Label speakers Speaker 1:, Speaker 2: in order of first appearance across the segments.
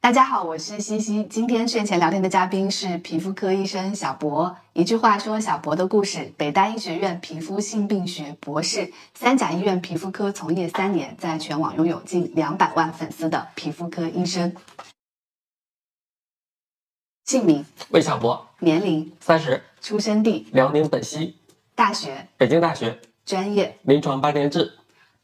Speaker 1: 大家好，我是西西。今天睡前聊天的嘉宾是皮肤科医生小博。一句话说小博的故事：北大医学院皮肤性病学博士，三甲医院皮肤科从业三年，在全网拥有近两百万粉丝的皮肤科医生。姓名、
Speaker 2: 魏小博，
Speaker 1: 年龄、
Speaker 2: 三十，
Speaker 1: 出生地、
Speaker 2: 辽宁本溪，
Speaker 1: 大学、
Speaker 2: 北京大学
Speaker 1: 专业。
Speaker 2: 临床八年制。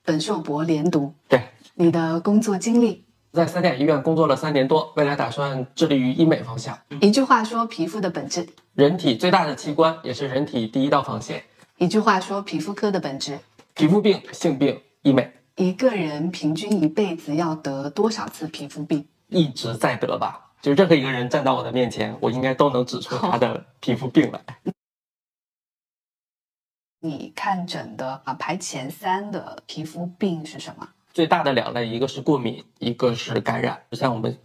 Speaker 1: 本硕博连读。
Speaker 2: 对，
Speaker 1: 你的工作经历，
Speaker 2: 在三甲医院工作了三年多，未来打算致力于医美方向。
Speaker 1: 一句话说皮肤的本质，
Speaker 2: 人体最大的器官，也是人体第一道防线。
Speaker 1: 一句话说皮肤科的本质。
Speaker 2: 皮肤病、性病、医美，
Speaker 1: 一个人平均一辈子要得多少次皮肤病？
Speaker 2: 一直在得吧。就任何一个人站到我的面前，我应该都能指出他的皮肤病来。
Speaker 1: 你看诊的啊排前三的皮肤病是什么？
Speaker 2: 最大的两类，一个是过敏，一个是感染，像我们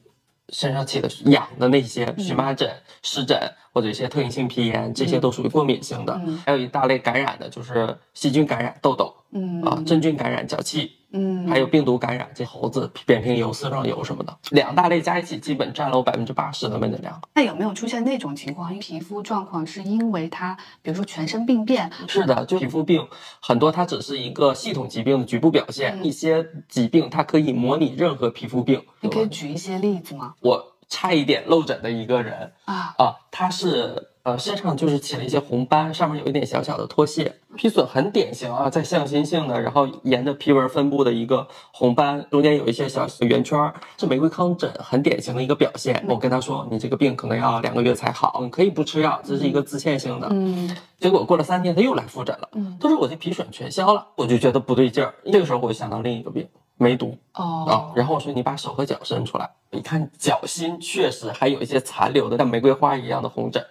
Speaker 2: 身上起的痒的那些荨麻疹、
Speaker 1: 嗯
Speaker 2: 湿疹或者一些特异性皮炎，这些都属于过敏性的。
Speaker 1: 嗯
Speaker 2: 还有一大类感染的，就是细菌感染、痘痘
Speaker 1: 嗯
Speaker 2: 啊、真菌感染、脚气，
Speaker 1: 嗯，
Speaker 2: 还有病毒感染，这猴子扁平疣、丝状疣什么的，两大类加一起基本占了我百分之八十的门诊量。
Speaker 1: 那有没有出现那种情况，皮肤状况是因为它，比如说全身病变？
Speaker 2: 是的，就皮肤病很多，它只是一个系统疾病的局部表现，
Speaker 1: 嗯
Speaker 2: 一些疾病它可以模拟任何皮肤病。
Speaker 1: 你可以举一些例子吗？
Speaker 2: 我差一点漏诊的一个人。
Speaker 1: 啊，
Speaker 2: 啊，他是呃身上就是起了一些红斑，上面有一点小小的脱屑，皮损很典型啊，在向心性的，然后沿着皮纹分布的一个红斑，中间有一些小圆圈儿，是玫瑰糠疹很典型的一个表现。我跟他说，你这个病可能要两个月才好，你可以不吃药，这是一个自限性的。
Speaker 1: 嗯
Speaker 2: 结果过了三天，他又来复诊了，
Speaker 1: 嗯，
Speaker 2: 他说我这皮损全消了，我就觉得不对劲儿。这个时候我就想到另一个病，梅毒。啊
Speaker 1: 哦，，
Speaker 2: 然后我说你把手和脚伸出来，你看脚心确实还有一些残留的像玫瑰花一样的红疹，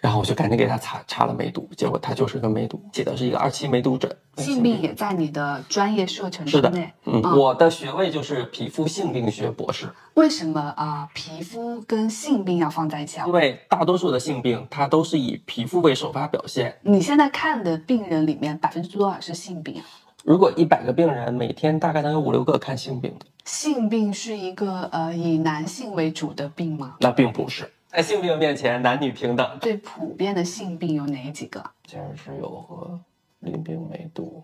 Speaker 2: 然后我就赶紧给他擦擦了梅毒，结果他就是个梅毒，起的是一个二期梅毒疹。
Speaker 1: 性病也在你的专业射程之
Speaker 2: 是的
Speaker 1: 内。，
Speaker 2: 嗯，
Speaker 1: 啊
Speaker 2: 我的学位就是皮肤性病学博士，
Speaker 1: 为什么啊、皮肤跟性病要放在一起啊
Speaker 2: 因？为大多数的性病它都是以皮肤为首发表现。
Speaker 1: 你现在看的病人里面，百分之多少是性病啊？
Speaker 2: 如果一百个病人，每天大概能有五六个看性病的，
Speaker 1: 性病是一个呃以男性为主的病吗？
Speaker 2: 那并不是。在性病面前，男女平等，
Speaker 1: 最普遍的性病有哪几个？
Speaker 2: 尖锐湿疣和淋病梅毒。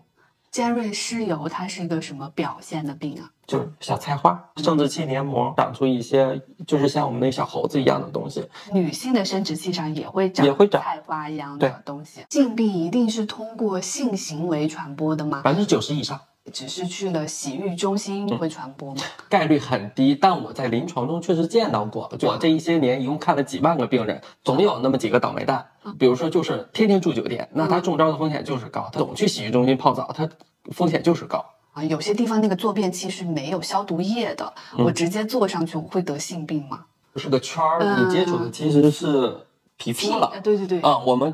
Speaker 1: 尖锐湿疣它是一个什么表现的病啊？
Speaker 2: 就是小菜花、生殖器黏膜长出一些，就是像我们那小猴子一样的东西。
Speaker 1: 女性的生殖器上也会长
Speaker 2: 也会长
Speaker 1: 菜花一样的
Speaker 2: 对
Speaker 1: 东西。性病一定是通过性行为传播的吗？
Speaker 2: 百分之九十以上
Speaker 1: 只是去了洗浴中心
Speaker 2: 嗯
Speaker 1: 会传播吗？
Speaker 2: 概率很低，但我在临床中确实见到过。我这一些年一共看了几万个病人，总有那么几个倒霉蛋。比如说，就是天天住酒店，那他中招的风险就是高；他总去洗浴中心泡澡，他风险就是高。
Speaker 1: 啊，有些地方那个坐便器是没有消毒液的，
Speaker 2: 嗯
Speaker 1: 我直接坐上去我会得性病吗？
Speaker 2: 是个圈儿，
Speaker 1: 嗯
Speaker 2: 你接触的其实是皮肤了
Speaker 1: 啊，。对对对，
Speaker 2: 啊、我们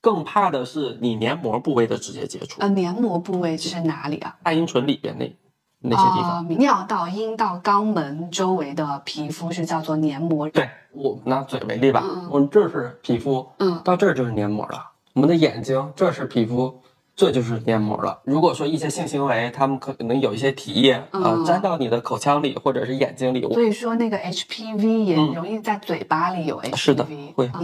Speaker 2: 更怕的是你黏膜部位的直接接触，
Speaker 1: 呃，黏膜部位是哪里啊？
Speaker 2: 大阴唇里边那那些地方。
Speaker 1: 啊尿道、阴道、肛门周围的皮肤是叫做黏膜。
Speaker 2: 对我们拿嘴为例吧，
Speaker 1: 嗯嗯
Speaker 2: 我们这是皮肤，
Speaker 1: 嗯
Speaker 2: 到这儿就是黏膜了。我们的眼睛，这是皮肤，这就是黏膜了。如果说一些性行为，他们可能有一些体液啊、
Speaker 1: 嗯
Speaker 2: 呃沾到你的口腔里或者是眼睛里，我
Speaker 1: 所以说那个 HPV 也
Speaker 2: 嗯
Speaker 1: 容易在嘴巴里有 HPV，
Speaker 2: 是的会
Speaker 1: 啊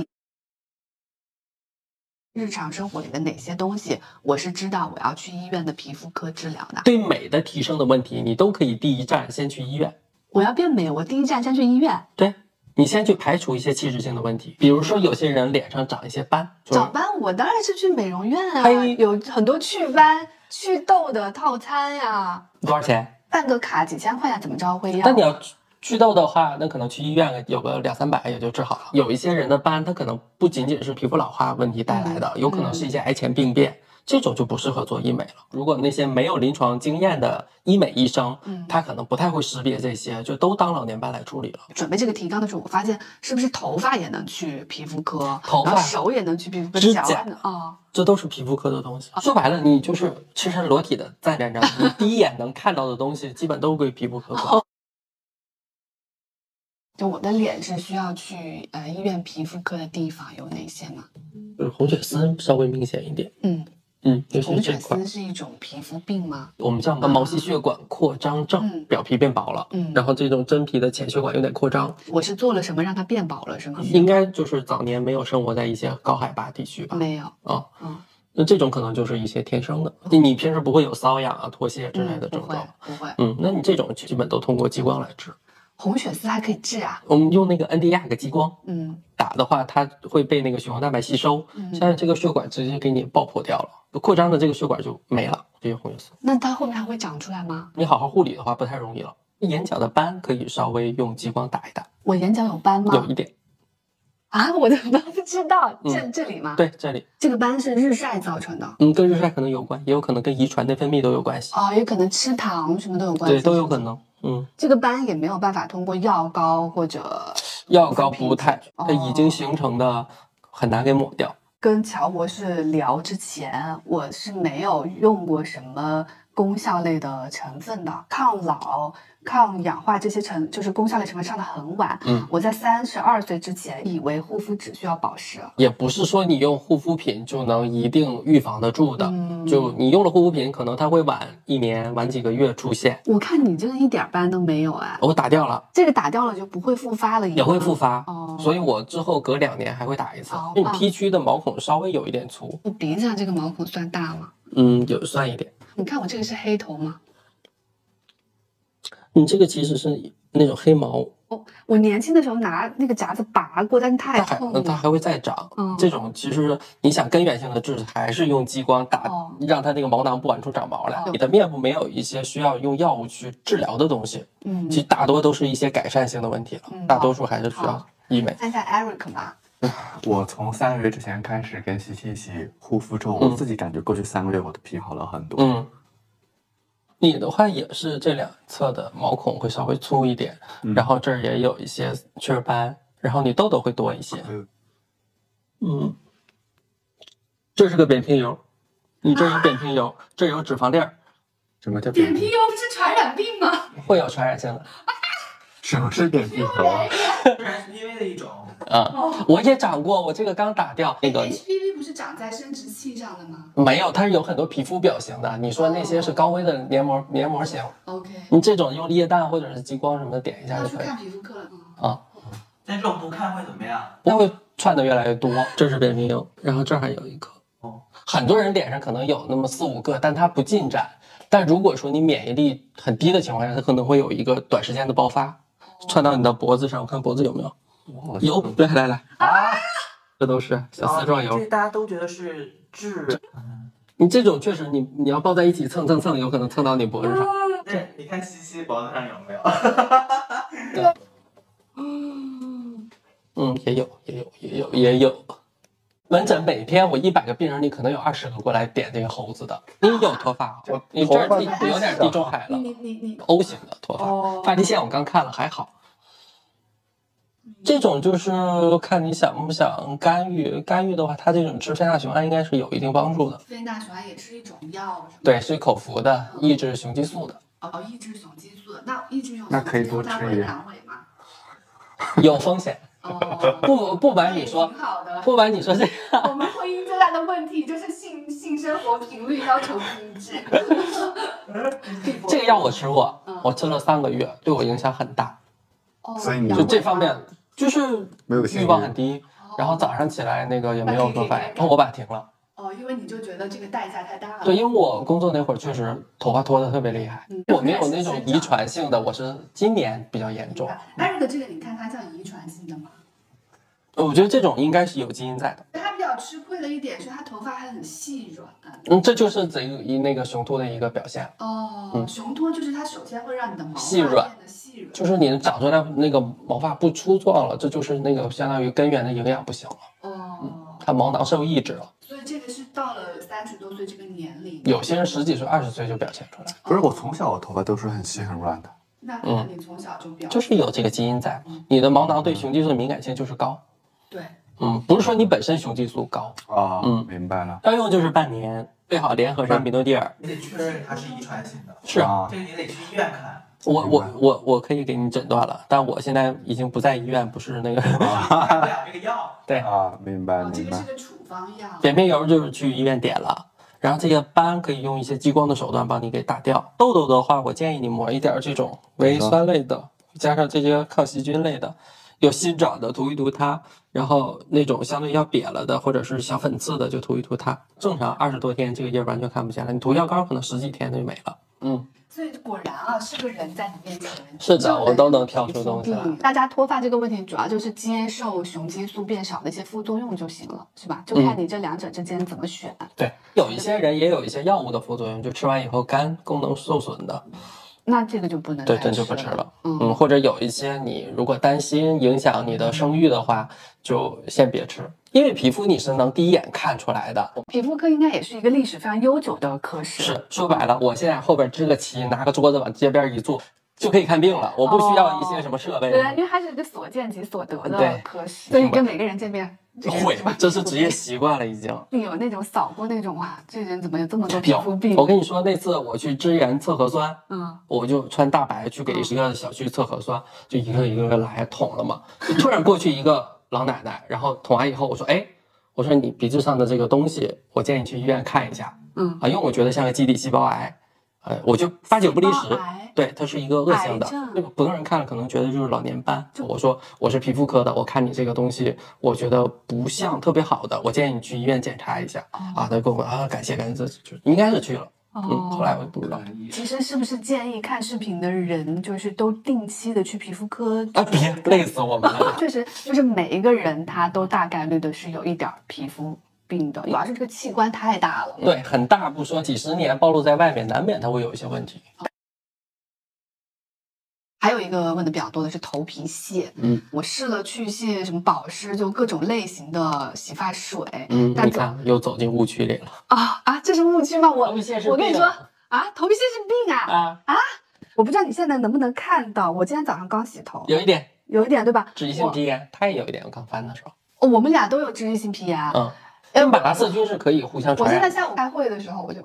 Speaker 1: 日常生活里的哪些东西，我是知道我要去医院的皮肤科治疗的。
Speaker 2: 对美的提升的问题，你都可以第一站先去医院。
Speaker 1: 我要变美，我第一站先去医院。
Speaker 2: 对你先去排除一些器质性的问题，比如说有些人脸上长一些斑，就是
Speaker 1: 早班我当然是去美容院啊，
Speaker 2: 嗯嘿
Speaker 1: 有很多祛斑、祛痘的套餐呀、
Speaker 2: 多少钱？
Speaker 1: 办个卡几千块钱怎么着会要？
Speaker 2: 但你要去祛痘的话，那可能去医院有个两三百也就治好了。
Speaker 1: 嗯
Speaker 2: 有一些人的斑，它可能不仅仅是皮肤老化问题带来
Speaker 1: 嗯
Speaker 2: 的，有可能是一些癌前病变，这种就不适合做医美了。如果那些没有临床经验的医美医生，
Speaker 1: 嗯
Speaker 2: 他可能不太会识别这些，就都当老年斑来处理了。
Speaker 1: 准备这个提纲的时候，我发现是不是头发也能去皮肤科，
Speaker 2: 头发
Speaker 1: 然后手也能去皮肤科，
Speaker 2: 指甲
Speaker 1: 脚也能啊、
Speaker 2: 这都是皮肤科的东西。说白了，你就是赤身裸体的 在脸上，你第一眼能看到的东西，基本都归皮肤科管。
Speaker 1: 哦就我的脸是需要去呃医院皮肤科的地方有哪些呢？
Speaker 2: 就是红血丝稍微明显一点，
Speaker 1: 嗯，
Speaker 2: 嗯，尤其
Speaker 1: 红
Speaker 2: 是这
Speaker 1: 卷
Speaker 2: 块，
Speaker 1: 丝是一种皮肤病吗？
Speaker 2: 我们叫毛细血管扩张症
Speaker 1: 嗯，
Speaker 2: 表皮变薄了。
Speaker 1: 嗯
Speaker 2: 然后这种真皮的浅血管有点扩张，
Speaker 1: 我是做了什么让它变薄了是吗？
Speaker 2: 应该就是早年没有生活在一些高海拔地区吧？
Speaker 1: 没有，
Speaker 2: 啊，
Speaker 1: 嗯，
Speaker 2: 那这种可能就是一些天生的。你你平时不会有瘙痒啊、脱屑之类
Speaker 1: 嗯
Speaker 2: 的
Speaker 1: 不
Speaker 2: 症
Speaker 1: 会
Speaker 2: 状？
Speaker 1: 不会。
Speaker 2: 嗯，那你这种基本都通过激光来治。
Speaker 1: 红血丝还可以治啊，
Speaker 2: 我们用那个恩迪亚克激光
Speaker 1: 嗯，
Speaker 2: 打的话，它会被那个血红蛋白吸收，
Speaker 1: 嗯
Speaker 2: 现在这个血管直接给你爆破掉了，扩张的这个血管就没了，这些红血丝。
Speaker 1: 那它后面还会长出来吗？
Speaker 2: 你好好护理的话，不太容易了。眼角的斑可以稍微用激光打一打，
Speaker 1: 我眼角有斑
Speaker 2: 有
Speaker 1: 吗？
Speaker 2: 一点。
Speaker 1: 啊，我都不知道，这、
Speaker 2: 嗯
Speaker 1: 这里吗？，
Speaker 2: 对，这里，
Speaker 1: 这个斑是日晒造成的，
Speaker 2: 嗯，跟日晒可能有关，也有可能跟遗传内分泌都有关系，
Speaker 1: 哦，也可能吃糖什么都有关系，
Speaker 2: 对，都有可。能。嗯，
Speaker 1: 这个斑也没有办法通过药膏或者
Speaker 2: 药膏不太，
Speaker 1: 哦
Speaker 2: 它已经形成的很难给抹掉。
Speaker 1: 跟乔博士聊之前，我是没有用过什么功效类的成分的，抗老、抗氧化这些成就是功效类成分上的很晚。
Speaker 2: 嗯，
Speaker 1: 我在三十二岁之前以为护肤只需要保湿，
Speaker 2: 也不是说你用护肤品就能一定预防得住的，
Speaker 1: 嗯
Speaker 2: 就你用了护肤品，可能它会晚一年、晚几个月出现。
Speaker 1: 我看你这个一点儿斑都没有哎，
Speaker 2: 我打掉了，
Speaker 1: 这个打掉了就不会复发了，
Speaker 2: 也会复。发，
Speaker 1: 哦
Speaker 2: 所以我之后隔两年还会打一次。
Speaker 1: 哦
Speaker 2: 因为你 P 区的毛孔稍微有一点粗，
Speaker 1: 我鼻子上这个毛孔算大吗？
Speaker 2: 嗯，有算一点。
Speaker 1: 你看我这个是黑头吗？
Speaker 2: 你这个其实是那种黑毛，
Speaker 1: 我哦我年轻的时候拿那个夹子拔过，但太
Speaker 2: 它还
Speaker 1: 痛
Speaker 2: 呃它
Speaker 1: 了。
Speaker 2: 还会再长。
Speaker 1: 嗯
Speaker 2: 这种其实你想根源性的治，还是用激光打，
Speaker 1: 哦
Speaker 2: 让它那个毛囊不往出长毛来。
Speaker 1: 哦
Speaker 2: 你的面部没有一些需要用药物去治疗的东西，
Speaker 1: 嗯
Speaker 2: 其，实大多都是一些改善性的问题了，
Speaker 1: 嗯
Speaker 2: 大多数还是需要
Speaker 1: 好
Speaker 2: 医美。
Speaker 1: 看一下 Eric 吧。
Speaker 3: 我从三个月之前开始跟西西一起护肤之后，
Speaker 2: 嗯
Speaker 3: 我自己感觉过去三个月我的皮好了很多。
Speaker 2: 嗯，你的话也是这两侧的毛孔会稍微粗一点，
Speaker 3: 嗯
Speaker 2: 然后这儿也有一些雀斑，然后你痘痘会多一些。
Speaker 3: 嗯
Speaker 2: 嗯，这是个扁平疣，你这儿有扁平疣，这儿有脂肪粒儿，
Speaker 3: 什么叫
Speaker 1: 扁
Speaker 3: 扁
Speaker 1: 平
Speaker 3: 平？
Speaker 1: 疣不是传染病吗？
Speaker 2: 会有传染性的。
Speaker 3: 什么是扁平啊疣？
Speaker 4: HPV 的一种，
Speaker 1: 哦
Speaker 2: 啊，我也长过，我这个刚打掉
Speaker 1: 哎
Speaker 2: 那个。
Speaker 1: HPV 不是长在生殖器上的吗
Speaker 2: 没有，它是有很多皮肤表型的。你说那些是高危的黏膜黏膜型，
Speaker 1: ？OK，
Speaker 2: 你这种用液氮或者是激光什么的点一下
Speaker 1: 要
Speaker 2: 就
Speaker 1: 去
Speaker 2: 可以
Speaker 1: 看皮肤科了。嗯
Speaker 2: 啊。
Speaker 4: 但这种不看会怎么样？
Speaker 2: 那会串的越来越多。这是扁平疣，然后这儿还有一个。
Speaker 4: 哦，
Speaker 2: 很多人脸上可能有那么四五个，但它不进展。但如果说你免疫力很低的情况下，它可能会有一个短时间的爆发，窜到你的脖子上。我看脖子有没有？
Speaker 3: 我
Speaker 2: 有，来来来啊，这都是小丝状
Speaker 4: 这
Speaker 2: 疣。
Speaker 4: 大家都觉得是痣。
Speaker 2: 你这种确实你，你要抱在一起蹭蹭蹭，有可能蹭到你脖子上。
Speaker 3: 啊
Speaker 4: 对，你看西西脖子上有没有？
Speaker 2: 嗯，也有，也有，也有，也有。门诊每天我一百个病人里，可能有二十个过来点这个猴子的。你有脱发 啊？我你这儿
Speaker 3: 头
Speaker 2: 地
Speaker 3: 发嗯
Speaker 2: 有点地中海了
Speaker 1: 你你你
Speaker 2: ，O 型的脱发。
Speaker 1: 哦
Speaker 2: 发际线我刚看了还好，这种就是看你想不想干预。干预的话，它这种吃非那雄胺应该是有一定帮助的。
Speaker 1: 非那雄啊胺也是一种药，是吗？
Speaker 2: 对，是口服的，抑制雄激素的。
Speaker 1: 哦，抑制雄激素的。那抑制雄
Speaker 3: 那可以多吃一点
Speaker 1: 阳痿吗？
Speaker 2: 有风险，
Speaker 1: 哦，
Speaker 2: 不不瞒你说
Speaker 1: 挺，好的。
Speaker 2: 不瞒你说这个。
Speaker 1: 我们婚姻最大的问题就是性性生活频率要求不一致。
Speaker 2: 这个药我吃过
Speaker 1: 嗯，
Speaker 2: 我吃了三个月，对我影响很大。
Speaker 1: 哦
Speaker 3: 所以你
Speaker 2: 就这方面，就是
Speaker 3: 没有性
Speaker 2: 欲
Speaker 3: 欲
Speaker 2: 望很低，
Speaker 1: 哦
Speaker 2: 然后早上起来那个也没有说反
Speaker 1: 那可以可
Speaker 2: 应，
Speaker 1: 以
Speaker 2: 然后我把它停了。
Speaker 1: 哦，因为你就觉得这个代价太大了。
Speaker 2: 对，因为我工作那会儿确实头发脱的特别厉害
Speaker 1: 嗯，
Speaker 2: 我没有那种遗传性的，我是今年比较严重。
Speaker 1: 艾瑞克这个，你看它像遗传性的吗？
Speaker 2: 我觉得这种应该是有基因在的。
Speaker 1: 它比较吃亏的一点是它头发还很细软。啊
Speaker 2: 嗯，这就是贼一那个雄秃的一个表现，
Speaker 1: 哦
Speaker 2: 嗯，
Speaker 1: 雄脱就是它首先会让你的毛发
Speaker 2: 细软
Speaker 1: 变得细软。
Speaker 2: 就是你长出来那个毛发不粗壮了，这就是那个相当于根源的营养不行了，
Speaker 1: 哦，
Speaker 2: 它毛囊受抑制了。
Speaker 1: 所以这个是到了三十多岁这个年龄，
Speaker 2: 有些人十几岁、二十岁就表现出来了，
Speaker 3: 不是我从小我头发都是很细很软的，
Speaker 1: 那可能你从小就表
Speaker 2: 就是有这个基因在，你的毛囊对雄激素的敏感性就是高。
Speaker 1: 对。
Speaker 2: 嗯，不是说你本身雄激素高，
Speaker 3: 啊，
Speaker 2: 嗯
Speaker 3: 明白了。
Speaker 2: 要用就是半年，最好联合上米诺地尔。
Speaker 4: 你得确认它是遗传性的，
Speaker 2: 是啊，
Speaker 3: 啊
Speaker 4: 这，个你得去医院看。
Speaker 2: 我我我我可以给你诊断了，但我现在已经不在医院，不是那个
Speaker 4: 开不了这个药，
Speaker 3: 啊，明白
Speaker 1: 哦，这
Speaker 3: 明
Speaker 1: 个是
Speaker 3: 白。
Speaker 1: 个处方药。
Speaker 2: 扁平疣就是去医院点了，然后这个斑可以用一些激光的手段帮你给打掉。痘痘的话，我建议你抹一点儿这种维酸类的，加上这些抗细菌类的。有新长的涂一涂它，然后那种相对要瘪了的或者是小粉刺的就涂一涂它。正常二十多天这个印儿完全看不见了，你涂药膏可能十几天它就没了。嗯，
Speaker 1: 所以果然啊，是个人在你面前。
Speaker 2: 是的，我都能挑出东西来。
Speaker 1: 嗯，大家脱发这个问题，主要就是接受雄激素变少的一些副作用就行了，是吧？就看
Speaker 2: 嗯
Speaker 1: 你这两者之间怎么选。
Speaker 2: 对，有一些人也有一些药物的副作用，就吃完以后肝功能受损的，
Speaker 1: 那这个就不能
Speaker 2: 对，
Speaker 1: 再
Speaker 2: 这就不吃了。嗯，
Speaker 1: 嗯，
Speaker 2: 或者有一些你如果担心影响你的生育的话，就先别吃，因为皮肤你是能第一眼看出来的。
Speaker 1: 皮肤科应该也是一个历史非常悠久的科室。
Speaker 2: 是说白了，我现在后边支个旗，拿个桌子往街边一坐就可以看病了，我不需要一些什么 设备。
Speaker 1: 对啊，因为它是一个所见即所得的
Speaker 2: 对
Speaker 1: 科室，所以跟每个人见面这个人
Speaker 2: 会
Speaker 1: 是吧，
Speaker 2: 这是职业习惯了已经。
Speaker 1: 有那种扫过那种哇，这人怎么有这么多 皮肤病？
Speaker 2: 我跟你说，那次我去支援测核酸，
Speaker 1: 嗯，
Speaker 2: 我就穿大白去给一个小区测核酸，就一个一个来捅了嘛。就突然过去一个老奶奶，然后捅完以后，我说：“哎，我说你鼻子上的这个东西，我建议去医院看一下。”
Speaker 1: 嗯
Speaker 2: 啊，因为我觉得像个基底细胞癌，呃，我就八九不离
Speaker 1: 细胞
Speaker 2: 十
Speaker 1: 癌。
Speaker 2: 对，它是一个恶性的
Speaker 1: 癌症，
Speaker 2: 那个普通人看了可能觉得就是老年斑。我说我是皮肤科的，我看你这个东西，我觉得不像特别好的，我建议你去医院检查一下。
Speaker 1: 哦
Speaker 2: 啊，他跟我啊，感谢感谢，这就应该是去了。
Speaker 1: 哦
Speaker 2: 嗯，后来我也不知道。
Speaker 1: 其实是不是建议看视频的人，就是都定期的去皮肤科？
Speaker 2: 啊，别累死我们了。
Speaker 1: 确实，就是每一个人他都大概率的是有一点儿皮肤病
Speaker 2: 嗯
Speaker 1: 的，主要是这个器官太大了。
Speaker 2: 对，很大不说，几十年暴露在外面，难免它会有一些问题。
Speaker 1: 还有一个问的比较多的是头皮屑，
Speaker 2: 嗯，
Speaker 1: 我试了去屑什么保湿，就各种类型的洗发水，
Speaker 2: 嗯，
Speaker 1: 但
Speaker 2: 你
Speaker 1: 总
Speaker 2: 看又走进误区里了。
Speaker 1: 啊啊，这是误区吗？我
Speaker 2: 头皮屑是
Speaker 1: 我跟你
Speaker 2: 病
Speaker 1: 说啊，头皮屑是病啊，
Speaker 2: 啊，
Speaker 1: 我不知道你现在能不能看到，我今天早上刚洗头，
Speaker 2: 有一点
Speaker 1: 有一点对吧？哦
Speaker 2: 脂溢性皮炎，他也有一点，我刚翻的时候。
Speaker 1: 我我们俩都有脂溢性皮炎，
Speaker 2: 嗯，
Speaker 1: 哎
Speaker 2: 跟马达色菌是可以互相
Speaker 1: 我
Speaker 2: 传
Speaker 1: 现在
Speaker 2: 染。嗯
Speaker 1: 下午开会的时候，我就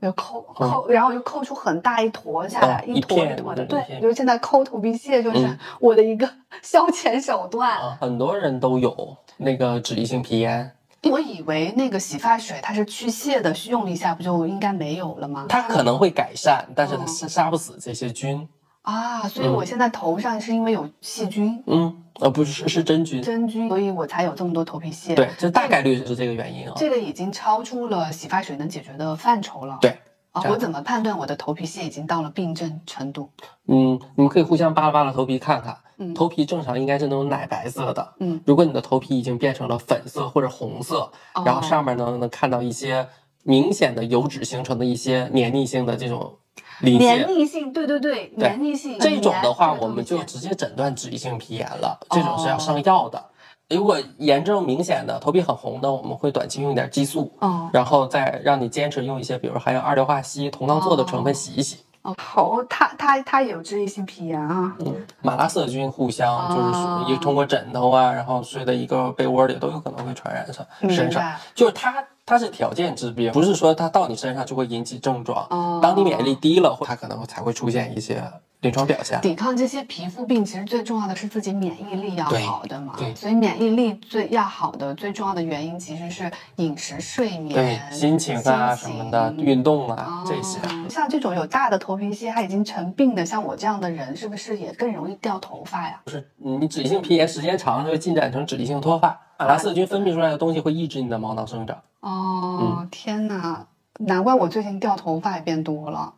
Speaker 1: 我就抠抠，然后我就抠出很大一坨下来，
Speaker 2: 哦
Speaker 1: 一
Speaker 2: 一
Speaker 1: 坨
Speaker 2: 片
Speaker 1: 坨的。
Speaker 2: 一
Speaker 1: 对，
Speaker 2: 片
Speaker 1: 就是现在抠头皮屑，就是
Speaker 2: 嗯
Speaker 1: 我的一个消遣手段。
Speaker 2: 啊，很多人都有那个脂溢性皮炎，
Speaker 1: 我以为那个洗发水它是去屑的，用一下不就应该没有了吗？
Speaker 2: 它可能会改善，但
Speaker 1: 嗯
Speaker 2: 是它杀杀不死这些菌。
Speaker 1: 啊，所以我现在头上是因为有细菌、
Speaker 2: 嗯，呃，不是，是真菌。
Speaker 1: 真菌，所以我才有这么多头皮屑。
Speaker 2: 对，这大概率是这个原因啊。
Speaker 1: 这个已经超出了洗发水能解决的范畴了。
Speaker 2: 对。
Speaker 1: 啊
Speaker 2: 这，样
Speaker 1: 我怎么判断我的头皮屑已经到了病症程度？
Speaker 2: 嗯，你们可以互相扒拉扒拉头皮看看。
Speaker 1: 嗯
Speaker 2: 头皮正常应该是那种奶白色的。
Speaker 1: 嗯，
Speaker 2: 如果你的头皮已经变成了粉色或者红色，
Speaker 1: 哦
Speaker 2: 然后上面呢能看到一些明显的油脂形成的一些黏腻性的这种鳞
Speaker 1: 黏
Speaker 2: 屑，
Speaker 1: 腻性，对对对，
Speaker 2: 对
Speaker 1: 黏腻性。
Speaker 2: 这种的话
Speaker 1: 黏
Speaker 2: 我们就直接诊断脂溢性皮炎了，这种是
Speaker 1: 哦
Speaker 2: 要上药的。如果炎症明显的头皮很红的，我们会短期用一点激素，
Speaker 1: 哦
Speaker 2: 然后再让你坚持用一些，比如含有二硫化硒、酮钢唑的成分洗一洗。
Speaker 1: 哦，好，他他他有脂溢性皮炎啊，
Speaker 2: 嗯马拉色菌互相
Speaker 1: 哦
Speaker 2: 就是也通过枕头啊，然后睡在一个被窝里都有可能会传染上身
Speaker 1: 明
Speaker 2: 上
Speaker 1: 白，
Speaker 2: 就是它它是条件致病，不是说它到你身上就会引起症状
Speaker 1: 哦。
Speaker 2: 当你免疫力低了，它可能才会出现一些临床表现。
Speaker 1: 抵抗这些皮肤病，其实最重要的是自己免疫力要
Speaker 2: 对
Speaker 1: 好，对吗？
Speaker 2: 对
Speaker 1: 所以免疫力最要好的最重要的原因其实是饮食、睡眠、
Speaker 2: 对，心情啊什
Speaker 1: 心
Speaker 2: 么的，
Speaker 1: 情嗯
Speaker 2: 运动啊这些，
Speaker 1: 哦像这种有大的头皮屑，它已经成病的，像我这样的人，是不是也更容易掉头发呀？
Speaker 2: 嗯你脂溢性皮炎时间长了会进展成脂溢性脱发。马拉色菌分泌出来的东西会抑制你的毛囊生长。
Speaker 1: 哦，
Speaker 5: 嗯
Speaker 1: 天哪，难怪我最近掉头发也变多了。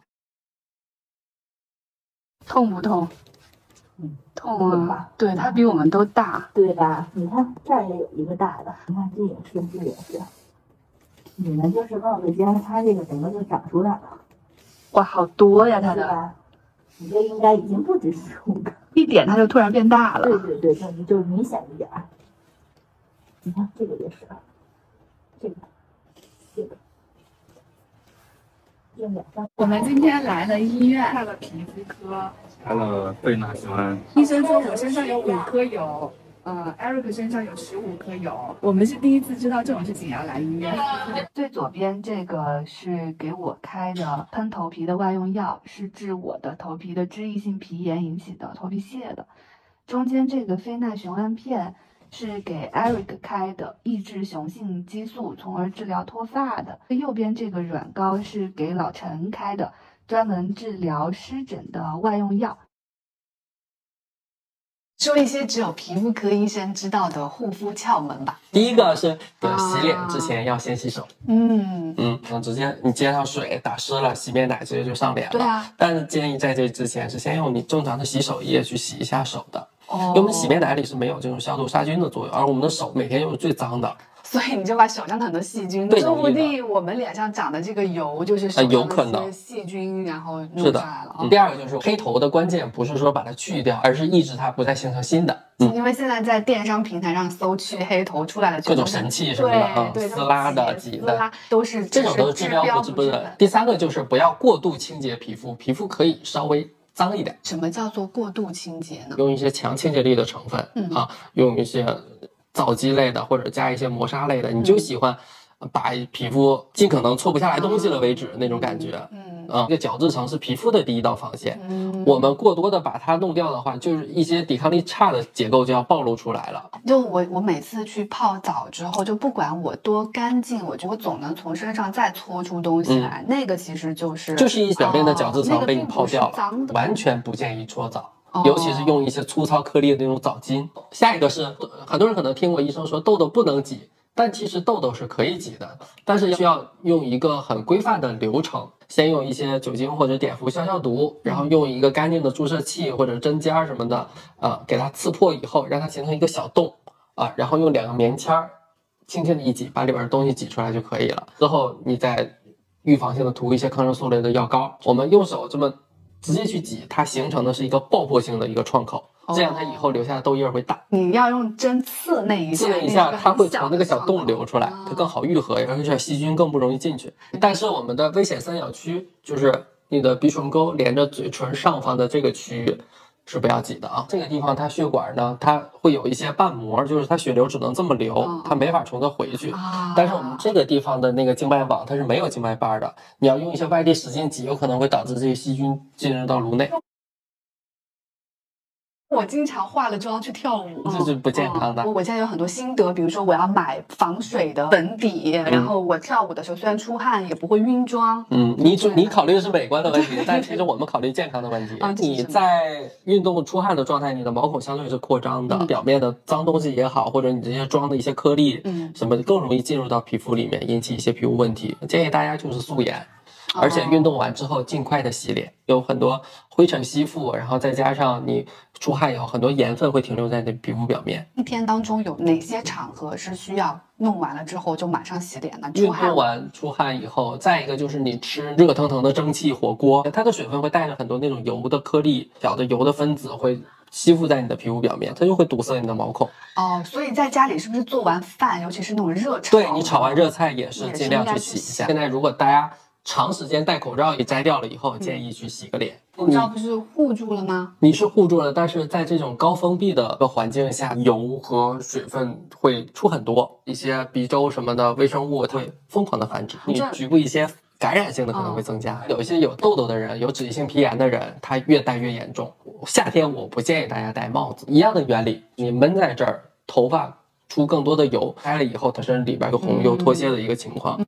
Speaker 1: 痛不痛？
Speaker 5: 嗯
Speaker 1: 痛啊！对，它比我们都大。
Speaker 6: 对吧？你看这儿也有一个大的，你看这也是，这也是。你们就是望着间，它这个整个就长出来了，
Speaker 1: 哇，好多呀！它
Speaker 6: 对
Speaker 1: 的
Speaker 6: 吧？你这应该已经不止十五个，
Speaker 1: 一点它就突然变大
Speaker 6: 对
Speaker 1: 了。
Speaker 6: 对对，就就明显一点儿。你看这个也是，啊这个，这个，这两张。
Speaker 1: 我们今天来了医院，看了皮肤科，
Speaker 3: Hello，对呢，请问
Speaker 5: 医生说我身上有五颗疣，呃，Eric 身上有十五颗疣。我们是第一次知道这种事情，也要来医院。
Speaker 1: 最左边这个是给我开的喷头皮的外用药，是治我的头皮的脂溢性皮炎引起的头皮屑的。中间这个非奈雄胺片是给 Eric 开的，抑制雄性激素，从而治疗脱发的。右边这个软膏是给老陈开的，专门治疗湿疹的外用药。说一些只有皮肤科医生知道的护肤窍门吧。
Speaker 2: 第一个是呃洗脸之前要先洗手，
Speaker 1: 嗯，
Speaker 2: 嗯，那直接你接上水打湿了，洗面奶直接就上脸了。
Speaker 1: 对啊，
Speaker 2: 但是建议在这之前是先用你正常的洗手液去洗一下手的，
Speaker 1: 哦
Speaker 2: 因为我们洗面奶里是没有这种消毒杀菌的作用，而我们的手每天又是最脏的，
Speaker 1: 所以你就把手上的很多细菌，
Speaker 2: 对
Speaker 1: 说不
Speaker 2: 容易的
Speaker 1: 定我们脸上长的这个油就是手上
Speaker 2: 啊有可
Speaker 1: 的一些
Speaker 2: 能
Speaker 1: 细菌，然后弄
Speaker 2: 是
Speaker 1: 出
Speaker 2: 的
Speaker 1: 来了。啊
Speaker 2: 嗯第二个就是黑头的关键不是说把它去掉，而是抑制它不再形成新的，嗯，
Speaker 1: 哦因为现在在电商平台上搜去黑头出来的
Speaker 2: 各种
Speaker 1: 全
Speaker 2: 神
Speaker 1: 都是
Speaker 2: 器什么的啊
Speaker 1: 对，对，
Speaker 2: 撕拉的、
Speaker 1: 挤
Speaker 2: 挤
Speaker 1: 撕
Speaker 2: 的，
Speaker 1: 拉都是
Speaker 2: 这种都是
Speaker 1: 治
Speaker 2: 治标不
Speaker 1: 治
Speaker 2: 治本。第三个就是不要过度清洁皮肤，皮肤可以稍微脏一点，
Speaker 1: 什么叫做过度清洁呢？
Speaker 2: 用一些强清洁力的成分、
Speaker 1: 嗯
Speaker 2: 啊，用一些皂基类的或者加一些磨砂类的，你就喜欢呃把皮肤尽可能搓不下来东西了为止、那种感觉。
Speaker 1: 嗯
Speaker 2: 啊，这个角质层是皮肤的第一道防线，
Speaker 1: 嗯，
Speaker 2: 我们过多的把它弄掉的话，就是一些抵抗力差的结构就要暴露出来了。
Speaker 1: 就我我每次去泡澡之后，就不管我多干净，我觉得我总能从身上再搓出东西来。那个其实就是
Speaker 2: 嗯就是一表面的角质
Speaker 1: 哦那
Speaker 2: 层
Speaker 1: 个
Speaker 2: 被你
Speaker 1: 并不
Speaker 2: 泡
Speaker 1: 是
Speaker 2: 掉
Speaker 1: 脏
Speaker 2: 了
Speaker 1: 的，
Speaker 2: 完全不建议搓澡
Speaker 1: 哦。
Speaker 2: 尤其是用一些粗糙颗粒的那种澡巾。下一个是，很多人可能听过医生说痘痘不能挤，但其实痘痘是可以挤的，但是需要用一个很规范的流程，先用一些酒精或者碘伏消消毒，然
Speaker 1: 嗯
Speaker 2: 后用一个干净的注射器或者针尖儿什么的，啊，给它刺破以后，让它形成一个小洞，啊，然后用两个棉签儿轻轻的一挤，把里边的东西挤出来就可以了。之后你再预防性的涂一些抗生素类的药膏。我们用手这么直接去挤，它形成的是一个爆破性的一个创口，这样它以后留下的痘印儿会大，
Speaker 1: 你要用针刺那一下，
Speaker 2: 刺了一
Speaker 1: 那
Speaker 2: 下
Speaker 1: 个
Speaker 2: 它
Speaker 1: 很
Speaker 2: 会
Speaker 1: 小
Speaker 2: 从那
Speaker 1: 的
Speaker 2: 个小
Speaker 1: 伤
Speaker 2: 洞
Speaker 1: 口
Speaker 2: 流出来，它更好愈合，而且细菌更不容易进去。
Speaker 1: 嗯
Speaker 2: 但是我们的危险三角区就是你的鼻唇沟连着嘴唇上方的这个区域。是不要挤的啊！这个地方它血管呢，它会有一些瓣膜，就是它血流只能这么流
Speaker 1: 嗯，
Speaker 2: 它没法从这回去。
Speaker 1: 啊。
Speaker 2: 但是我们这个地方的那个静脉网它是没有静脉瓣的，你要用一些外力使劲挤，有可能会导致这些细菌进入到颅内，
Speaker 1: 我经常化了妆去跳舞，
Speaker 2: 这是不健康的
Speaker 1: 嗯我现在有很多心得，比如说我要买防水的粉底，然后我跳舞的时候虽然出汗也不会晕妆。
Speaker 2: 嗯，你主你考虑的是美观的 问题，但其实我们考虑健康的问题
Speaker 1: 啊。这是
Speaker 2: 你
Speaker 1: 什么
Speaker 2: 在运动出汗的状态，你的毛孔相对是扩张的，
Speaker 1: 嗯
Speaker 2: 表面的脏东西也好，或者你这些妆的一些颗粒，
Speaker 1: 嗯
Speaker 2: 什么的更容易进入到皮肤里面，引起一些皮肤问题。建议大家就是素颜，
Speaker 1: 哦
Speaker 2: 而且运动完之后尽快的洗脸，有很多灰尘吸附，然后再加上你出汗以后，很多盐分会停留在你的皮肤表面。
Speaker 1: 一天当中有哪些场合是需要弄完了之后就马上洗脸呢？
Speaker 2: 运
Speaker 1: 出汗
Speaker 2: 动完出汗以后，再一个就是你吃热腾腾的蒸汽火锅，它的水分会带着很多那种油的颗粒，小的油的分子会吸附在你的皮肤表面，它就会堵塞你的毛孔。
Speaker 1: 哦，所以在家里是不是做完饭，尤其是那种热炒，
Speaker 2: 对你炒完热菜也是
Speaker 1: 也是
Speaker 2: 尽量
Speaker 1: 应该
Speaker 2: 去
Speaker 1: 去
Speaker 2: 洗一
Speaker 1: 洗
Speaker 2: 下。现在如果大家长时间戴口罩也摘掉了以
Speaker 1: 嗯
Speaker 2: 后，建议去洗个脸。
Speaker 1: 口罩不是护住了吗？
Speaker 2: 你是护住了，但是在这种高封闭的环境下，油和水分会出很多，一些鼻周什么的微生物会疯狂的繁殖，你
Speaker 1: 这
Speaker 2: 局部一些感染性的可能会增加。有一些有痘痘的人，有脂溢性皮炎的人，他越戴越严重。夏天我不建议大家戴帽子，一样的原理，你闷在这儿，头发出更多的油，开了以后它是里边又红又脱屑的一个情况。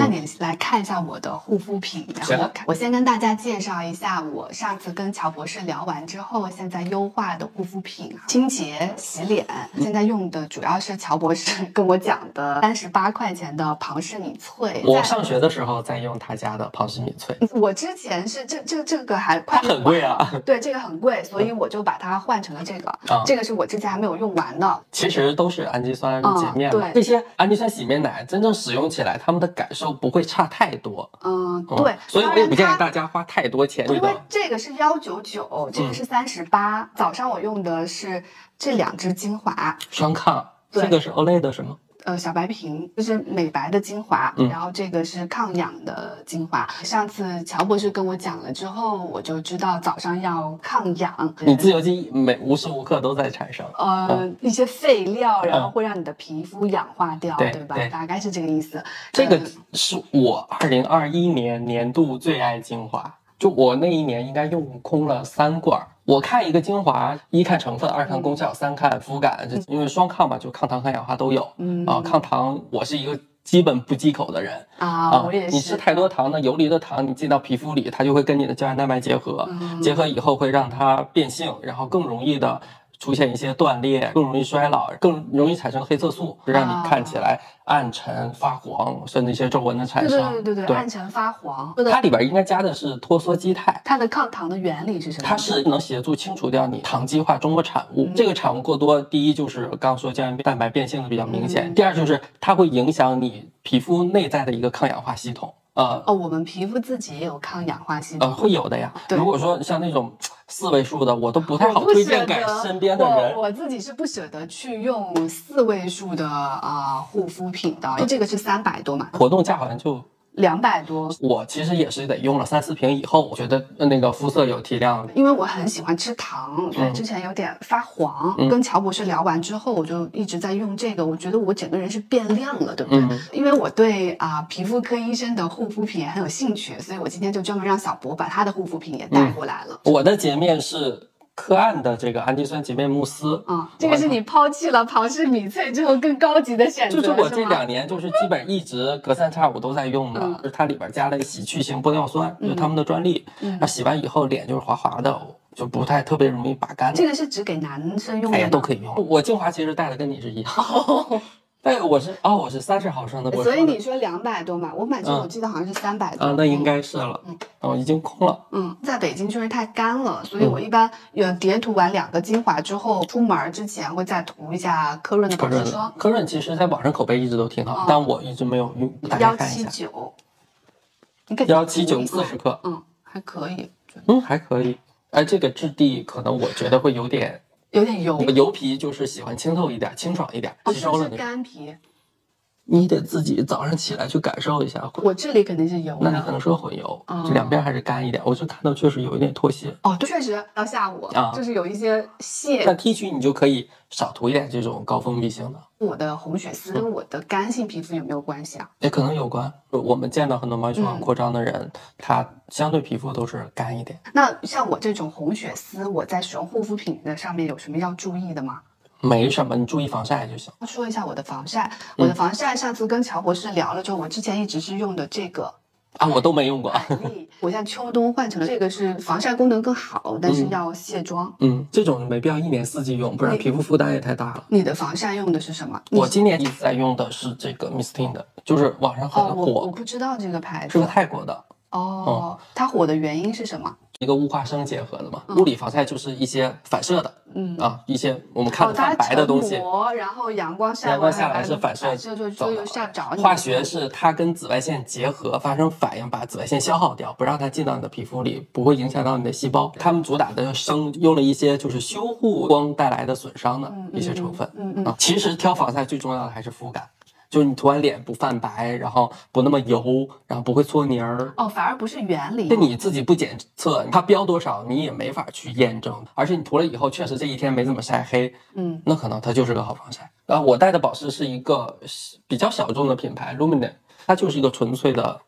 Speaker 1: 那你来看一下我的护肤品，然后
Speaker 2: 嗯行
Speaker 1: 我看我先跟大家介绍一下我上次跟乔博士聊完之后，现在优化的护肤品啊，清洁洗脸，
Speaker 2: 嗯
Speaker 1: 现在用的主要是乔博士 跟我讲的三十八块钱的庞氏米萃。
Speaker 2: 我
Speaker 1: 在
Speaker 2: 上学的时候在用他家的庞氏米萃，
Speaker 1: 我之前是这这这个还快
Speaker 2: 它很贵啊。嗯
Speaker 1: 对，这个很贵，所以我就把它换成了这个。
Speaker 2: 啊
Speaker 1: 这个是我之前还没有用完的。
Speaker 2: 其实都是氨基酸
Speaker 1: 嗯
Speaker 2: 洁面嘛、
Speaker 1: 对
Speaker 2: 这些氨基酸洗面奶真正使用起来，他们的感受不会差太多。
Speaker 1: 嗯，
Speaker 2: 嗯
Speaker 1: 对，
Speaker 2: 所以
Speaker 1: 当
Speaker 2: 我也
Speaker 1: 然
Speaker 2: 不建
Speaker 1: 它
Speaker 2: 议大家花太多钱
Speaker 1: 因为
Speaker 2: 的。
Speaker 1: 这个是幺九九，
Speaker 2: 嗯
Speaker 1: 这个是三十八。早上我用的是这两支精华，
Speaker 2: 双抗，
Speaker 1: 对
Speaker 2: 这个是 Olay 的什么？
Speaker 1: 呃，小白瓶就是美白的精华，
Speaker 2: 嗯
Speaker 1: 然后这个是抗氧的精华。上次乔博士跟我讲了之后，我就知道早上要抗氧。
Speaker 2: 你自由基每无时无刻都在产生。
Speaker 1: 呃，一些废料，然后
Speaker 2: 嗯
Speaker 1: 会让你的皮肤氧化掉，
Speaker 2: 对
Speaker 1: 吧？
Speaker 2: 对
Speaker 1: 大概是这个意思。
Speaker 2: 这个
Speaker 1: 嗯
Speaker 2: 是我二零二一年年度最爱精华，就我那一年应该用空了三罐儿，我看一个精华，一看成分，二看功效，三看肤感，就因为双抗嘛，就抗糖、抗氧化都有。
Speaker 1: 嗯
Speaker 2: 啊，抗糖，我是一个基本不忌口的人
Speaker 1: 啊，
Speaker 2: 啊
Speaker 1: 我也。是。
Speaker 2: 你吃太多糖呢，游离的糖你进到皮肤里，它就会跟你的胶原蛋白结合，
Speaker 1: 嗯
Speaker 2: 结合以后会让它变性，然后更容易的出现一些断裂，更容易衰老，更容易产生黑色素，让你看起来暗沉、发黄，甚至一些皱纹的产
Speaker 1: 啊对
Speaker 2: 生。
Speaker 1: 对对对对，暗沉发黄。说
Speaker 2: 它
Speaker 1: 的
Speaker 2: 里边应该加的是脱羧基肽。
Speaker 1: 它的抗糖的原理是什么？
Speaker 2: 它是能协助清除掉你糖基化中和产物。
Speaker 1: 嗯
Speaker 2: 这个产物过多，第一就是刚刚说胶原蛋白变性的比较明显，
Speaker 1: 嗯
Speaker 2: 第二就是它会影响你皮肤内在的一个抗氧化系统。呃
Speaker 1: 哦，我们皮肤自己也有抗氧化系
Speaker 2: 呃，
Speaker 1: 统。
Speaker 2: 会有的呀。
Speaker 1: 对
Speaker 2: 如果说像那种四位数的，我都不
Speaker 1: 我
Speaker 2: 太好
Speaker 1: 不
Speaker 2: 推
Speaker 1: 舍
Speaker 2: 荐给
Speaker 1: 得，
Speaker 2: 身边的人
Speaker 1: 我。我自己是不舍得去用四位数的啊、呃护肤品的，因为这个是三百多嘛，
Speaker 2: 活动价好像就
Speaker 1: 两百多。
Speaker 2: 我其实也是得用了三四瓶以后，我觉得呃那个肤色有提亮。
Speaker 1: 因为我很喜欢吃糖，所以之前有点发黄。
Speaker 2: 嗯
Speaker 1: 跟乔博士聊完之后，我就一直在用这个，我觉得我整个人是变亮了，对不对？
Speaker 2: 嗯
Speaker 1: 因为我对啊、皮肤科医生的护肤品也很有兴趣，所以我今天就专门让小博把他的护肤品也
Speaker 2: 嗯
Speaker 1: 带过来了。
Speaker 2: 我的洁面是科岸的这个氨基酸洁面慕斯。
Speaker 1: 啊、这个是你抛弃了庞氏米翠之后更高级的选择，
Speaker 2: 就是我
Speaker 1: 嗯是
Speaker 2: 这
Speaker 1: 吗
Speaker 2: 两年就是基本一直隔三差五都在用的，
Speaker 1: 嗯
Speaker 2: 就是它里边加了洗去型玻尿酸，
Speaker 1: 嗯
Speaker 2: 就是他们的专利。
Speaker 1: 嗯
Speaker 2: 那洗完以后脸就是滑滑的，就不太特别容易拔干。
Speaker 1: 这个是只给男生用的
Speaker 2: 哎
Speaker 1: 吗，
Speaker 2: 呀都可以用。我精华其实带的跟你是一 样，但我是哦我是三十毫升的，我
Speaker 1: 所以
Speaker 2: 说的
Speaker 1: 你说两百多嘛，我买这个
Speaker 2: 嗯
Speaker 1: 我记得好像是三百多
Speaker 2: 啊那应该是了，
Speaker 1: 嗯
Speaker 2: 哦已经空了。
Speaker 1: 嗯，在北京确实太干了，所以
Speaker 2: 嗯
Speaker 1: 我一般有叠涂完两个精华之后，出门儿之前会再涂一下科润的
Speaker 2: 科
Speaker 1: 保湿
Speaker 2: 润
Speaker 1: 霜，
Speaker 2: 科润其实在网上口碑一直都挺好，
Speaker 1: 哦
Speaker 2: 但我一直没有用。打
Speaker 1: 幺
Speaker 2: 开看一
Speaker 1: 七
Speaker 2: 下，
Speaker 1: 九，你可以
Speaker 2: 幺七九
Speaker 1: 涂一
Speaker 2: 四
Speaker 1: 下
Speaker 2: 十，克，
Speaker 1: 嗯，还可以，就
Speaker 2: 嗯还可以。哎，这个质地可能我觉得会有点
Speaker 1: 有点油
Speaker 2: 我，油皮就是喜欢清透一点、清爽一点，
Speaker 1: 哦
Speaker 2: 吸收
Speaker 1: 是
Speaker 2: 了
Speaker 1: 不是
Speaker 2: 那个。
Speaker 1: 干皮？
Speaker 2: 你得自己早上起来去感受一下。
Speaker 1: 我这里肯定是油
Speaker 2: 那你可
Speaker 1: 的。
Speaker 2: 能是混油，
Speaker 1: 哦
Speaker 2: 这两边还是干一点。我就看到确实有一点脱屑，
Speaker 1: 哦，对确实到下午
Speaker 2: 啊
Speaker 1: 就是有一些屑
Speaker 2: 但 T 区你就可以少涂一点这种高封闭性的，
Speaker 1: 我的红血
Speaker 2: 嗯
Speaker 1: 丝跟我的干性皮肤有没有关系啊？
Speaker 2: 也可能有关。我们见到很多毛细血
Speaker 1: 嗯
Speaker 2: 管扩张的人，他相对皮肤都是干一点，
Speaker 1: 那像我这种红血丝，我在使用护肤品的上面有什么要注意的吗？
Speaker 2: 没什么，你注意防晒就行。
Speaker 1: 说一下我的防晒，我
Speaker 2: 嗯
Speaker 1: 的防晒上次跟乔博士聊了之后，我之前一直是用的这个
Speaker 2: 啊，我都没用过。
Speaker 1: 海丽，我现在秋冬换成了这个，是防晒功能更好，但是要卸妆。
Speaker 2: 嗯，这种没必要一年四季用，不然
Speaker 1: 你
Speaker 2: 皮肤负担也太大了。
Speaker 1: 你的防晒用的是什么？你
Speaker 2: 我今年一直在用的是这个 Mistine 的，就是网上很
Speaker 1: 哦，我我
Speaker 2: 火，
Speaker 1: 不知道这个牌
Speaker 2: 是
Speaker 1: 子
Speaker 2: 嗯个泰国的。
Speaker 1: 哦，它火的原因是什么？
Speaker 2: 一个物化生结合的嘛，
Speaker 1: 嗯
Speaker 2: 物理防晒就是一一些反射的
Speaker 1: 嗯，
Speaker 2: 啊，一些我们看
Speaker 1: 哦，
Speaker 2: 的
Speaker 1: 它
Speaker 2: 泛白的东西
Speaker 1: 成，膜，然后阳光晒
Speaker 2: 阳光下来
Speaker 1: 完
Speaker 2: 是反射
Speaker 1: 反射就
Speaker 2: 走
Speaker 1: 就
Speaker 2: 的
Speaker 1: 又下着你。
Speaker 2: 化学是它跟紫外线结合发生反应，把紫外线消耗掉，不让它进到你的皮肤里，不会影响到你的细胞。他们主打的生用了一些就是修护光带来的损伤的
Speaker 1: 嗯
Speaker 2: 一些成分
Speaker 1: 嗯嗯嗯
Speaker 2: 啊。其实挑防晒最重要的还是肤感，就是你涂完脸不泛白，然后不那么油，然后不会搓泥儿，
Speaker 1: 哦，反而不是原理
Speaker 2: 那。你自己不检测，它标多少你也没法去验证。而且你涂了以后，确实这一天没怎么晒黑，
Speaker 1: 嗯，
Speaker 2: 那可能它就是个好防晒。啊，我带的保湿是一个比较小众的品牌 Lumine，它就是一个纯粹的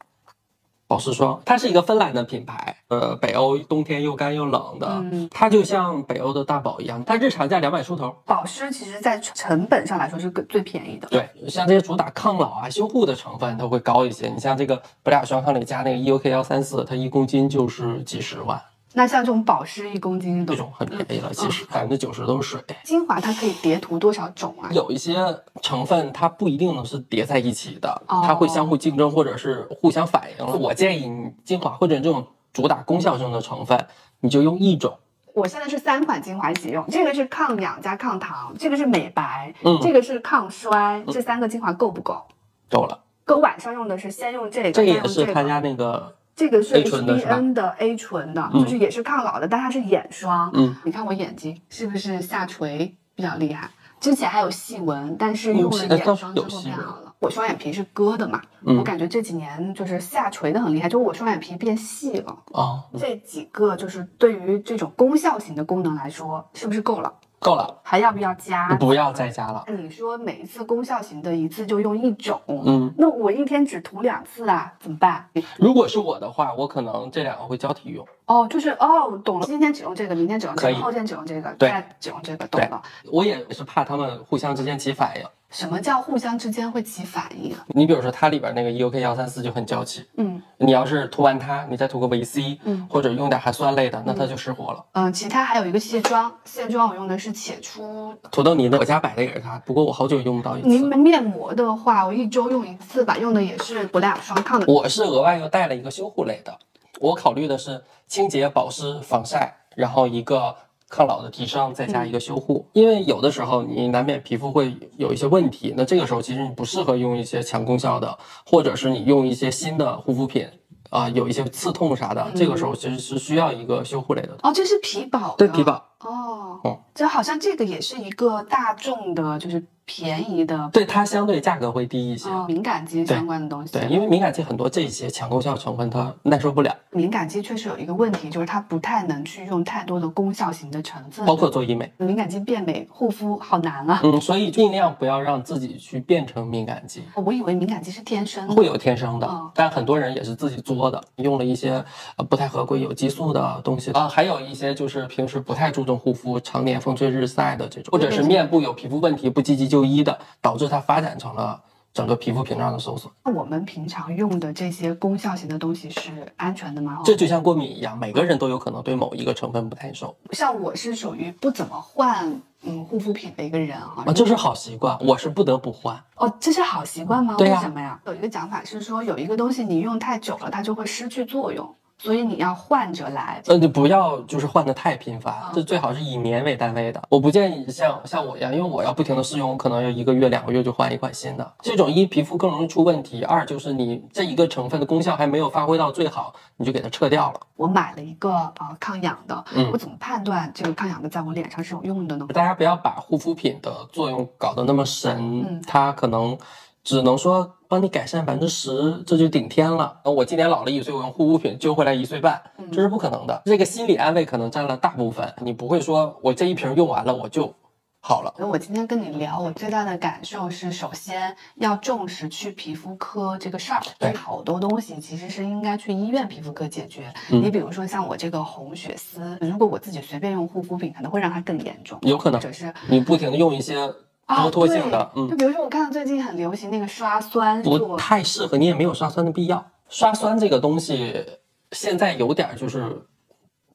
Speaker 2: 保湿霜，它是一个芬兰的品牌，呃，北欧冬天又干又冷的，
Speaker 1: 嗯
Speaker 2: 它就像北欧的大宝一样，它日常价两百出头。
Speaker 1: 保湿其实在成本上来说是更最便宜的。
Speaker 2: 对，像这些主打抗老啊、修护的成分，它会高一些。你像这个不雅霜，它里加那个 EUK 幺三四，它一公斤就是几十万。
Speaker 1: 那像这种保湿一公斤
Speaker 2: 这
Speaker 1: 的
Speaker 2: 种很便宜
Speaker 1: 嗯
Speaker 2: 了，其实百分之九十都是水。
Speaker 1: 精华，它可以叠涂多少种啊？
Speaker 2: 有一些成分它不一定能是叠在一起的，
Speaker 1: 哦
Speaker 2: 它会相互竞争或者是互相反应。我建议你精华或者这种主打功效性的成分，你就用一种。
Speaker 1: 我现在是三款精华一起用，这个是抗氧加抗糖，这个是美白，
Speaker 2: 嗯
Speaker 1: 这个是抗衰，这三个精华够不够？
Speaker 2: 够了，
Speaker 1: 跟晚上用的是先用这个，再
Speaker 2: 这个
Speaker 1: 用
Speaker 2: 也是
Speaker 1: 这
Speaker 2: 他
Speaker 1: 个。
Speaker 2: 家那个，
Speaker 1: 这个是
Speaker 2: A 醇的是吧
Speaker 1: HBN 的 A 醇的，
Speaker 2: 嗯
Speaker 1: 就是也是抗老的，但它是眼霜。
Speaker 2: 嗯，
Speaker 1: 你看我眼睛是不是下垂比较厉害？之前还有细纹，但是
Speaker 2: 嗯
Speaker 1: 用了
Speaker 2: 现在
Speaker 1: 眼
Speaker 2: 倒是
Speaker 1: 霜之
Speaker 2: 有
Speaker 1: 后
Speaker 2: 细
Speaker 1: 变
Speaker 2: 纹
Speaker 1: 好了。我双眼皮是割的嘛，
Speaker 2: 嗯
Speaker 1: 我感觉这几年就是下垂的很厉害，就我双眼皮变细了。
Speaker 2: 哦，
Speaker 1: 这几个就是对于这种功效型的功能来说，是不是够了？
Speaker 2: 够了，
Speaker 1: 还要不要加？
Speaker 2: 不要再加了。
Speaker 1: 你说每一次功效型的一次就用一种，
Speaker 2: 嗯，
Speaker 1: 那我一天只涂两次啊，怎么办？
Speaker 2: 如果是我的话，我可能这两个会交替用。
Speaker 1: 哦，就是哦，懂了，今天只用这个，明天只用这
Speaker 2: 可
Speaker 1: 个，
Speaker 2: 以
Speaker 1: 后天只用这个，
Speaker 2: 对
Speaker 1: 再只用这个，懂
Speaker 2: 对
Speaker 1: 了。
Speaker 2: 我也是怕他们互相之间起反应。
Speaker 1: 什么叫互相之间会起反应？啊
Speaker 2: 你比如说，它里边那个 EUK 幺三四就很娇气，
Speaker 1: 嗯
Speaker 2: 你要是涂完它，你再涂个维 C，
Speaker 1: 嗯
Speaker 2: 或者用点含酸类的，那它就失活了。
Speaker 1: 嗯、呃其他还有一个卸妆，卸妆我用的是且出。
Speaker 2: 土豆泥呢，我家摆的也是它，不过我好久用不到一
Speaker 1: 您
Speaker 2: 次。
Speaker 1: 面膜的话，我一周用一次吧，用的也是补两霜抗的。
Speaker 2: 我是额外又带了一个修护类的，我考虑的是清洁、保湿、防晒，然后一个抗老的提升，再加一个修护。因为有的时候你难免皮肤会有一些问题，那这个时候其实你不适合用一些强功效的，或者是你用一些新的护肤品啊、有一些刺痛啥的，这个时候其实是需要一个修护类的。
Speaker 1: 哦，这是皮宝，
Speaker 2: 对皮。宝，
Speaker 1: 哦
Speaker 2: 嗯，
Speaker 1: 就好像这个也是一个大众的，就是便宜的，
Speaker 2: 对它相对价格会低一些。
Speaker 1: 哦，敏感肌相关的东西。
Speaker 2: 哦对，因为敏感肌很多这些强功效成分它耐受不了，
Speaker 1: 敏感肌确实有一个问题，就是它不太能去用太多的功效型的成分，
Speaker 2: 包括做医美。
Speaker 1: 敏感肌变美护肤好难 啊。
Speaker 2: 嗯，所以尽量不要让自己去变成敏感肌，
Speaker 1: 我以为敏感肌是天生的，
Speaker 2: 会有天生
Speaker 1: 嗯
Speaker 2: 的，但很多人也是自己作的，用了一些呃不太合规、有激素的东西啊，还有一些就是平时不太注重护肤，常年风吹日晒的这种，或者是面部有皮肤问题不积极就医的，导致它发展成了整个皮肤屏障的受损。
Speaker 1: 那我们平常用的这些功效型的东西是安全的吗？哦
Speaker 2: 这就像过敏一样，每个人都有可能对某一个成分不耐受
Speaker 1: 像我是属于不怎么换嗯护肤品的一个人哈、
Speaker 2: 啊，这是好习惯，我是不得不换。
Speaker 1: 哦，这是好习惯吗？
Speaker 2: 对呀
Speaker 1: 为什么呀？有一个讲法是说，有一个东西你用太久了，它就会失去作用，所以你要换着来。
Speaker 2: 嗯，就不要就是换的太频繁
Speaker 1: 啊，
Speaker 2: 这最好是以年为单位的。我不建议像像我一样，因为我要不停的试用，我可能要一个月、两个月就换一款新的。这种一皮肤更容易出问题，二就是你这一个成分的功效还没有发挥到最好，你就给它撤掉了。
Speaker 1: 我买了一个呃抗氧的，
Speaker 2: 嗯
Speaker 1: 我怎么判断这个抗氧的在我脸上是有用的呢？
Speaker 2: 大家不要把护肤品的作用搞得那么神，
Speaker 1: 嗯
Speaker 2: 它可能只能说帮你改善百分之十，这就顶天了。呃我今年老了一岁，我用护肤品救回来一岁半，
Speaker 1: 嗯
Speaker 2: 这是不可能的。这个心理安慰可能占了大部分，你不会说我这一瓶用完了我就好了。
Speaker 1: 所以我今天跟你聊，我最大的感受是，首先要重视去皮肤科这个事儿，
Speaker 2: 对
Speaker 1: 就是好多东西其实是应该去医院皮肤科解决。
Speaker 2: 嗯
Speaker 1: 你比如说像我这个红血丝，如果我自己随便用护肤品，可能会让它更严重，
Speaker 2: 有可
Speaker 1: 或
Speaker 2: 能
Speaker 1: 者嗯是
Speaker 2: 你不停的用一些
Speaker 1: 啊，
Speaker 2: 多脱
Speaker 1: 对
Speaker 2: 性的，
Speaker 1: 就
Speaker 2: 嗯，
Speaker 1: 比如说我看到最近很流行那个刷酸
Speaker 2: 不
Speaker 1: 做，
Speaker 2: 太适合，你也没有刷酸的必要。刷酸这个东西现在有点就是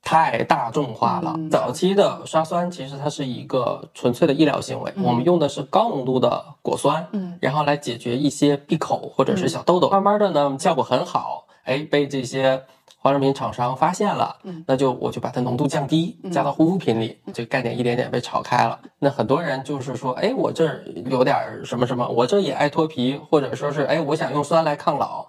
Speaker 2: 太大众化了。
Speaker 1: 嗯
Speaker 2: 早期的刷酸其实它是一个纯粹的医疗行为，
Speaker 1: 嗯
Speaker 2: 我们用的是高浓度的果酸，
Speaker 1: 嗯
Speaker 2: 然后来解决一些闭口或者是小痘痘。慢慢的呢，效果很好，哎，被这些化妆品厂商发现了，
Speaker 1: 嗯
Speaker 2: 那就我就把它浓度降低
Speaker 1: 嗯，
Speaker 2: 加到护肤品里，这个概念一点点被炒开了。那很多人就是说，哎，我这儿有点儿什么什么，我这也爱脱皮，或者说是哎，我想用酸来抗老。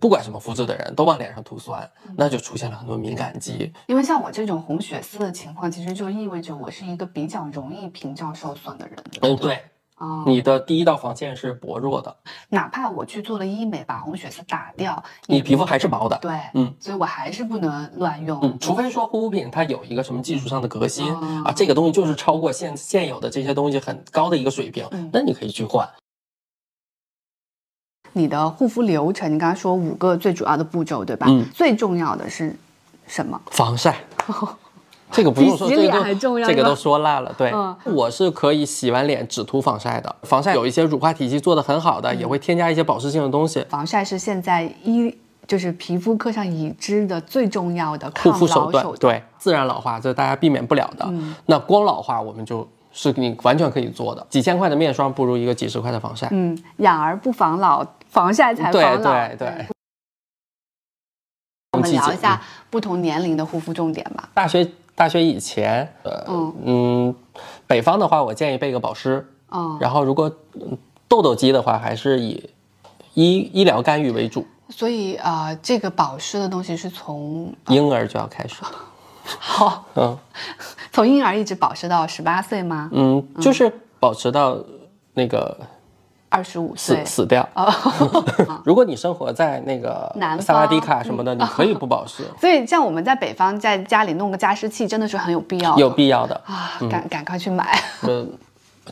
Speaker 2: 不管什么肤质的人都往脸上涂酸，
Speaker 1: 嗯
Speaker 2: 那就出现了很多敏感肌。
Speaker 1: 因为像我这种红血丝的情况，其实就意味着我是一个比较容易屏障受损的人
Speaker 2: 嗯，对，
Speaker 1: 啊。
Speaker 2: 你的第一道防线是薄弱的，
Speaker 1: 哪怕我去做了医美，把红血丝打掉，
Speaker 2: 你皮肤还是薄的。
Speaker 1: 对，
Speaker 2: 嗯，
Speaker 1: 所以我还是不能乱用。
Speaker 2: 嗯，除非说护肤品它有一个什么技术上的革新、
Speaker 1: 哦
Speaker 2: 啊，这个东西就是超过现现有的这些东西很高的一个水平，
Speaker 1: 嗯
Speaker 2: 那你可以去换。
Speaker 1: 你的护肤流程，你刚刚说五个最主要的步骤，对吧？
Speaker 2: 嗯
Speaker 1: 最重要的是什么？
Speaker 2: 防晒。 这个不用说，
Speaker 1: 比
Speaker 2: 这
Speaker 1: 洗
Speaker 2: 个
Speaker 1: 脸
Speaker 2: 都
Speaker 1: 还重要
Speaker 2: 这个
Speaker 1: 是吧
Speaker 2: 都说烂了。对，
Speaker 1: 嗯
Speaker 2: 我是可以洗完脸只涂防晒的。防晒有一些乳化体系做的很好的，
Speaker 1: 嗯
Speaker 2: 也会添加一些保湿性的东西。
Speaker 1: 防晒是现在医就是皮肤科上已知的最重要的抗
Speaker 2: 护
Speaker 1: 老
Speaker 2: 肤手段，
Speaker 1: 手段嗯
Speaker 2: 对自然老化，这大家避免不了的。那光老化，我们就是你完全可以做的。几千块的面霜不如一个几十块的防晒。
Speaker 1: 嗯，养儿不防老，防晒才防
Speaker 2: 对
Speaker 1: 老。嗯
Speaker 2: 对对。
Speaker 1: 我们
Speaker 2: 季节嗯
Speaker 1: 聊一下不同年龄的护肤重点吧。
Speaker 2: 大学大学以前，呃
Speaker 1: 嗯
Speaker 2: 嗯，北方的话，我建议备个保湿。
Speaker 1: 嗯，
Speaker 2: 然后如果嗯痘痘肌的话，还是以医医疗干预为主，
Speaker 1: 所以呃，这个保湿的东西是从
Speaker 2: 婴儿就要开始。
Speaker 1: 好
Speaker 2: 嗯
Speaker 1: 从
Speaker 2: 嗯
Speaker 1: 婴儿一直保湿到十八岁吗？
Speaker 2: 嗯，就是保持到那个
Speaker 1: 二十五
Speaker 2: 死
Speaker 1: 岁
Speaker 2: 死掉。
Speaker 1: 哦，
Speaker 2: 如果你生活在那个
Speaker 1: 南
Speaker 2: 萨瓦迪
Speaker 1: 方嗯
Speaker 2: 卡什么的，你可以不 保湿，
Speaker 1: 所以像我们在北方，在家里弄个加湿器，真的是很有必要的，
Speaker 2: 有必要的。
Speaker 1: 啊，赶赶快去买。
Speaker 2: 嗯，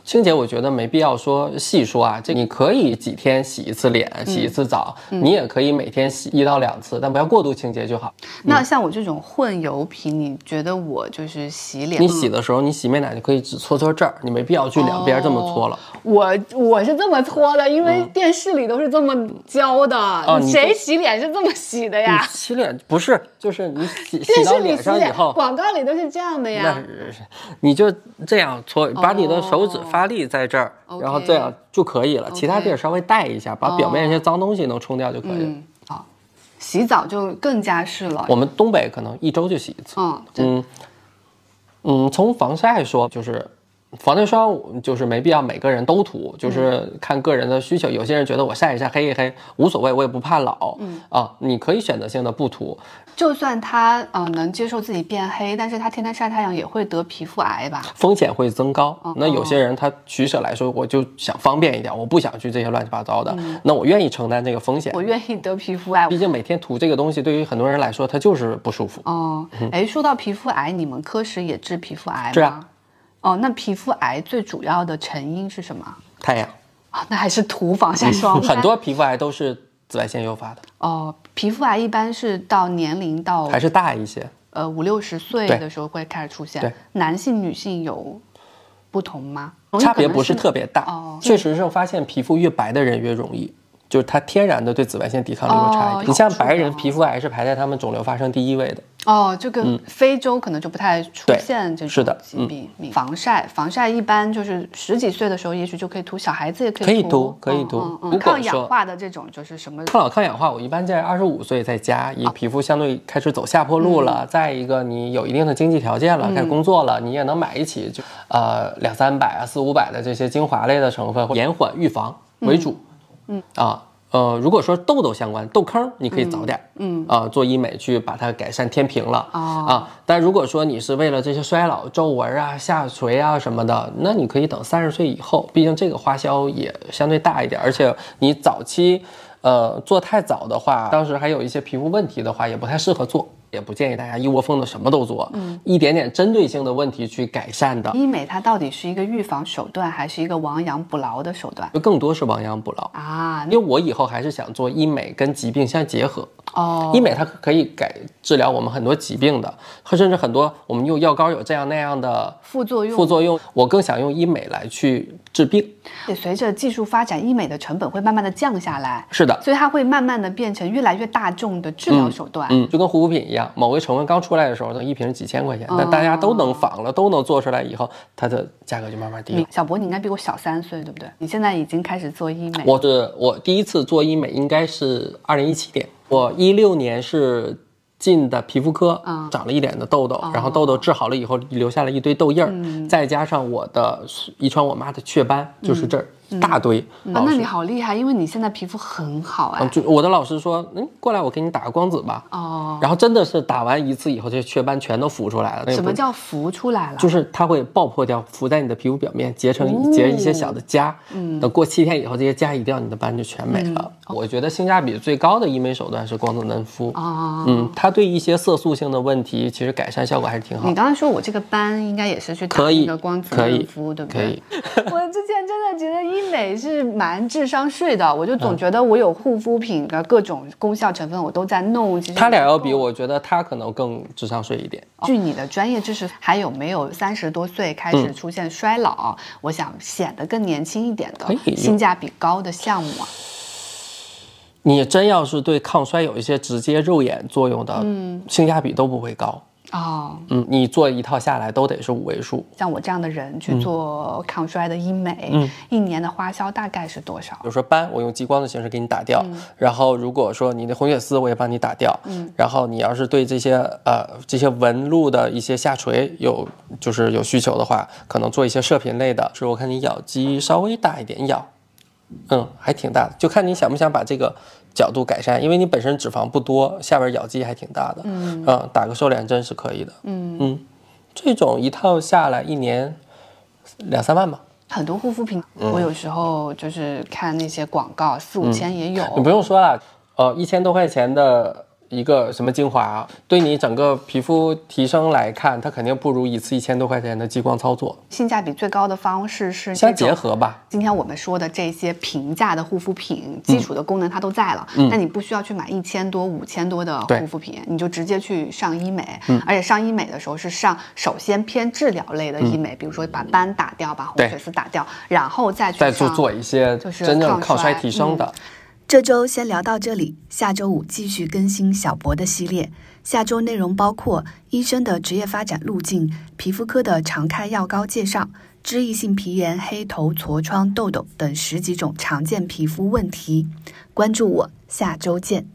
Speaker 2: 清洁我觉得没必要说细说啊，这你可以几天洗一次脸，
Speaker 1: 嗯
Speaker 2: 洗一次澡，你也可以每天洗一到两次，但不要过度清洁就好。
Speaker 1: 那像我这种混油皮，你觉得我就是洗脸
Speaker 2: 你洗的时候，你洗面奶就可以只搓搓这儿，你没必要去两边这么搓了。
Speaker 1: 我我是这么搓的，因为电视里都是这么教的，
Speaker 2: 嗯哦你
Speaker 1: 谁
Speaker 2: 这
Speaker 1: 洗脸是这么洗的呀
Speaker 2: 你？洗脸不是，就是你洗洗
Speaker 1: 电
Speaker 2: 到
Speaker 1: 视里
Speaker 2: 脸
Speaker 1: 洗
Speaker 2: 上以
Speaker 1: 脸，
Speaker 2: 后，
Speaker 1: 广告里都是这样的
Speaker 2: 那
Speaker 1: 呀。
Speaker 2: 是你就这样搓，把你的手指
Speaker 1: 哦
Speaker 2: 发力在这儿，然后
Speaker 1: OK
Speaker 2: 这样就可以了。其他
Speaker 1: OK 哦
Speaker 2: 地儿稍微带一下，把表面一些脏东西能冲掉就可以了。
Speaker 1: 嗯，好，洗澡就更加是了。
Speaker 2: 我们东北可能一周就洗一次。
Speaker 1: 嗯，对
Speaker 2: 嗯嗯，从防晒说，就是防晒霜，就是没必要每个人都涂，就是
Speaker 1: 嗯
Speaker 2: 看个人的需求。有些人觉得我晒一晒黑一黑无所谓，我也不怕老。嗯啊，你可以选择性的不涂。
Speaker 1: 就算他呃能接受自己变黑，但是他天天晒太阳也会得皮肤癌吧？
Speaker 2: 风险会增高
Speaker 1: 哦。
Speaker 2: 那有些人他取舍来说，我就想方便一点，我不想去这些乱七八糟的，那我愿意承担这个风险
Speaker 1: 嗯我。愿意得皮肤癌
Speaker 2: 毕。竟每天涂这个东西，对于很多人来说，它就是不舒服。
Speaker 1: 哦，哎，说到皮肤癌，你们科室也治皮肤癌吗？
Speaker 2: 是啊
Speaker 1: 哦，那皮肤癌最主要的成因是什么？
Speaker 2: 太阳，
Speaker 1: 啊，那还是涂防晒 霜。
Speaker 2: 嗯很多皮肤癌都是紫外线诱发的，
Speaker 1: 哦，皮肤癌一般是到年龄到
Speaker 2: 还是大一些。
Speaker 1: 呃五六十岁
Speaker 2: 对
Speaker 1: 的时候会开始出现
Speaker 2: 对。
Speaker 1: 男性、女性有不同吗？
Speaker 2: 差别不是
Speaker 1: 容易哦可能
Speaker 2: 特别大，
Speaker 1: 哦
Speaker 2: 确实是发现皮肤越白的人越容易，就是他天然的对紫外线抵抗力会差一
Speaker 1: 哦
Speaker 2: 点。你像
Speaker 1: 有
Speaker 2: 白
Speaker 1: 这
Speaker 2: 人
Speaker 1: 种
Speaker 2: 皮肤癌是排在他们肿瘤发生第一位的，
Speaker 1: 哦，这个非洲可能就不太出
Speaker 2: 嗯对
Speaker 1: 现这
Speaker 2: 是
Speaker 1: 种
Speaker 2: 的
Speaker 1: 疾病。嗯防晒，防晒一般就是十几岁的时候，也许就可以涂，小孩子也可以
Speaker 2: 可以
Speaker 1: 涂
Speaker 2: 涂，可以涂
Speaker 1: 嗯嗯嗯、
Speaker 2: 如果
Speaker 1: 抗氧
Speaker 2: 说
Speaker 1: 化的这种就是什么？
Speaker 2: 抗老抗氧化，我一般在二十五岁再加，以皮肤相对开始走下坡路了。再一个，你有一定的经济条件了，开始工作了，你也能买一起就呃两三百啊、四五百的这些精华类的成分，延缓预防为主。嗯啊。呃，如果说痘痘相关痘坑儿，你可以早点，嗯啊、做医美去把它改善天平了
Speaker 1: 哦
Speaker 2: 啊。但如果说你是为了这些衰老、皱纹啊、下垂啊什么的，那你可以等三十岁以后，毕竟这个花销也相对大一点，而且你早期。呃，做太早的话，当时还有一些皮肤问题的话，也不太适合做，也不建议大家一窝蜂的什么都做，嗯，一点点针对性的问题去改善的，
Speaker 1: 医美它到底是一个预防手段，还是一个亡羊补牢的手段
Speaker 2: 就更多是亡羊补牢。
Speaker 1: 啊？
Speaker 2: 因为我以后还是想做医美跟疾病相结合，
Speaker 1: 哦，
Speaker 2: 医美它可以改治疗我们很多疾病的，甚至很多我们用药膏有这样那样的
Speaker 1: 副作用
Speaker 2: 副作用，我更想用医美来去治病。
Speaker 1: 也随着技术发展，医美的成本会慢慢的降下来，
Speaker 2: 是的，
Speaker 1: 所以它会慢慢的变成越来越大众的治疗手段。
Speaker 2: 嗯，就跟护肤品一样，某个成分刚出来的时候，那一瓶是几千块钱，但大家都
Speaker 1: 哦
Speaker 2: 能仿了，都能做出来以后，它的价格就慢慢低
Speaker 1: 你
Speaker 2: 了。
Speaker 1: 小博，你应该比我小三岁，对不对？你现在已经开始做医美，啊
Speaker 2: 我的我第一次做医美应该是二零一七年，我一六年是进的皮肤科，
Speaker 1: 嗯
Speaker 2: 长了一脸的痘痘，然后痘痘治好了以后留下了一堆痘印儿，
Speaker 1: 嗯
Speaker 2: 再加上我的遗传我妈的雀斑，就是这儿、大堆。
Speaker 1: 啊
Speaker 2: 老，
Speaker 1: 那
Speaker 2: 师
Speaker 1: 你好厉害，因为你现在皮肤很好哎、
Speaker 2: 嗯，就我的老师说，嗯，过来，我给你打个光子吧。
Speaker 1: 哦，
Speaker 2: 然后真的是打完一次以后，这些雀斑全都浮出来了。那也
Speaker 1: 什
Speaker 2: 不
Speaker 1: 么叫浮出来了？
Speaker 2: 就是它会爆破掉，浮在你的皮肤表面，结成结一些小的
Speaker 1: 哦
Speaker 2: 痂。嗯，等过七天以后，这些痂一掉，你的斑就全没了。
Speaker 1: 嗯哦
Speaker 2: 我觉得性价比最高的医美手段是光子嫩肤。
Speaker 1: 啊。
Speaker 2: 嗯，它对一些色素性的问题，其实改善效果还是挺好
Speaker 1: 你
Speaker 2: 的。
Speaker 1: 刚才说我这个斑应该也是去打嗯
Speaker 2: 可
Speaker 1: 那
Speaker 2: 以
Speaker 1: 个光子
Speaker 2: 可以
Speaker 1: 嫩肤，对不
Speaker 2: 可
Speaker 1: 对？
Speaker 2: 以，
Speaker 1: 我之前真的觉得医美是蛮智商税的，我就总觉得我有护肤品的各种功效成分我都在弄，其实
Speaker 2: 它俩
Speaker 1: 不
Speaker 2: 要
Speaker 1: 够
Speaker 2: 比，我觉得它可能更智商税一点。
Speaker 1: 据你的专业知识，还有没有三十多岁开
Speaker 2: 嗯
Speaker 1: 始出现衰老？我想显得更年轻一点的
Speaker 2: 可以有
Speaker 1: 性价比高的项目啊？
Speaker 2: 你真要是对抗衰有一些直接肉眼作用的，
Speaker 1: 嗯
Speaker 2: 性价比都不会高。
Speaker 1: 哦，
Speaker 2: 嗯，你做一套下来都得是五位数。
Speaker 1: 像我这样的人去做抗衰的医美，
Speaker 2: 嗯
Speaker 1: 一年的花销大概是多少
Speaker 2: 比？如说斑，我用激光的形式给你打掉，然后如果说你的红血丝，我也帮你打掉，然后你要是对这些呃这些纹路的一些下垂有就是有需求的话，可能做一些射频类的，是我看你咬肌稍微大一点咬，嗯，还挺大的，就看你想不想把这个角度改善，因为你本身脂肪不多，下边咬肌还挺大的，嗯，打个瘦脸针是可以的，嗯这种一套下来一年两三万吧，
Speaker 1: 很多护肤品，我有时候就是看那些广告，四五千也有。
Speaker 2: 你不用说了，呃，一千多块钱的一个什么精华，对你整个皮肤提升来看，它肯定不如一次一千多块钱的激光操作。
Speaker 1: 性价比最高的方式是
Speaker 2: 相
Speaker 1: 这种
Speaker 2: 结合吧。
Speaker 1: 今天我们说的这些平价的护肤品，基础的功能它都在了，那你不需要去买一千多、五千多的
Speaker 2: 嗯对嗯
Speaker 1: 护肤品，你就直接去上医美。而且上医美的时候是上首先偏治疗类的医美，比如说把斑打掉、把
Speaker 2: 嗯对
Speaker 1: 红血丝打掉，然后再去
Speaker 2: 再做
Speaker 1: 上
Speaker 2: 做一些
Speaker 1: 就是
Speaker 2: 真正
Speaker 1: 抗
Speaker 2: 抗衰
Speaker 1: 衰嗯
Speaker 2: 提升的，
Speaker 7: 这周先聊到这里，下周五继续更新小博的系列。下周内容包括医生的职业发展路径、皮肤科的常开药膏介绍、脂溢性皮炎、黑头、痤疮、痘痘等十几种常见皮肤问题。关注我，下周见。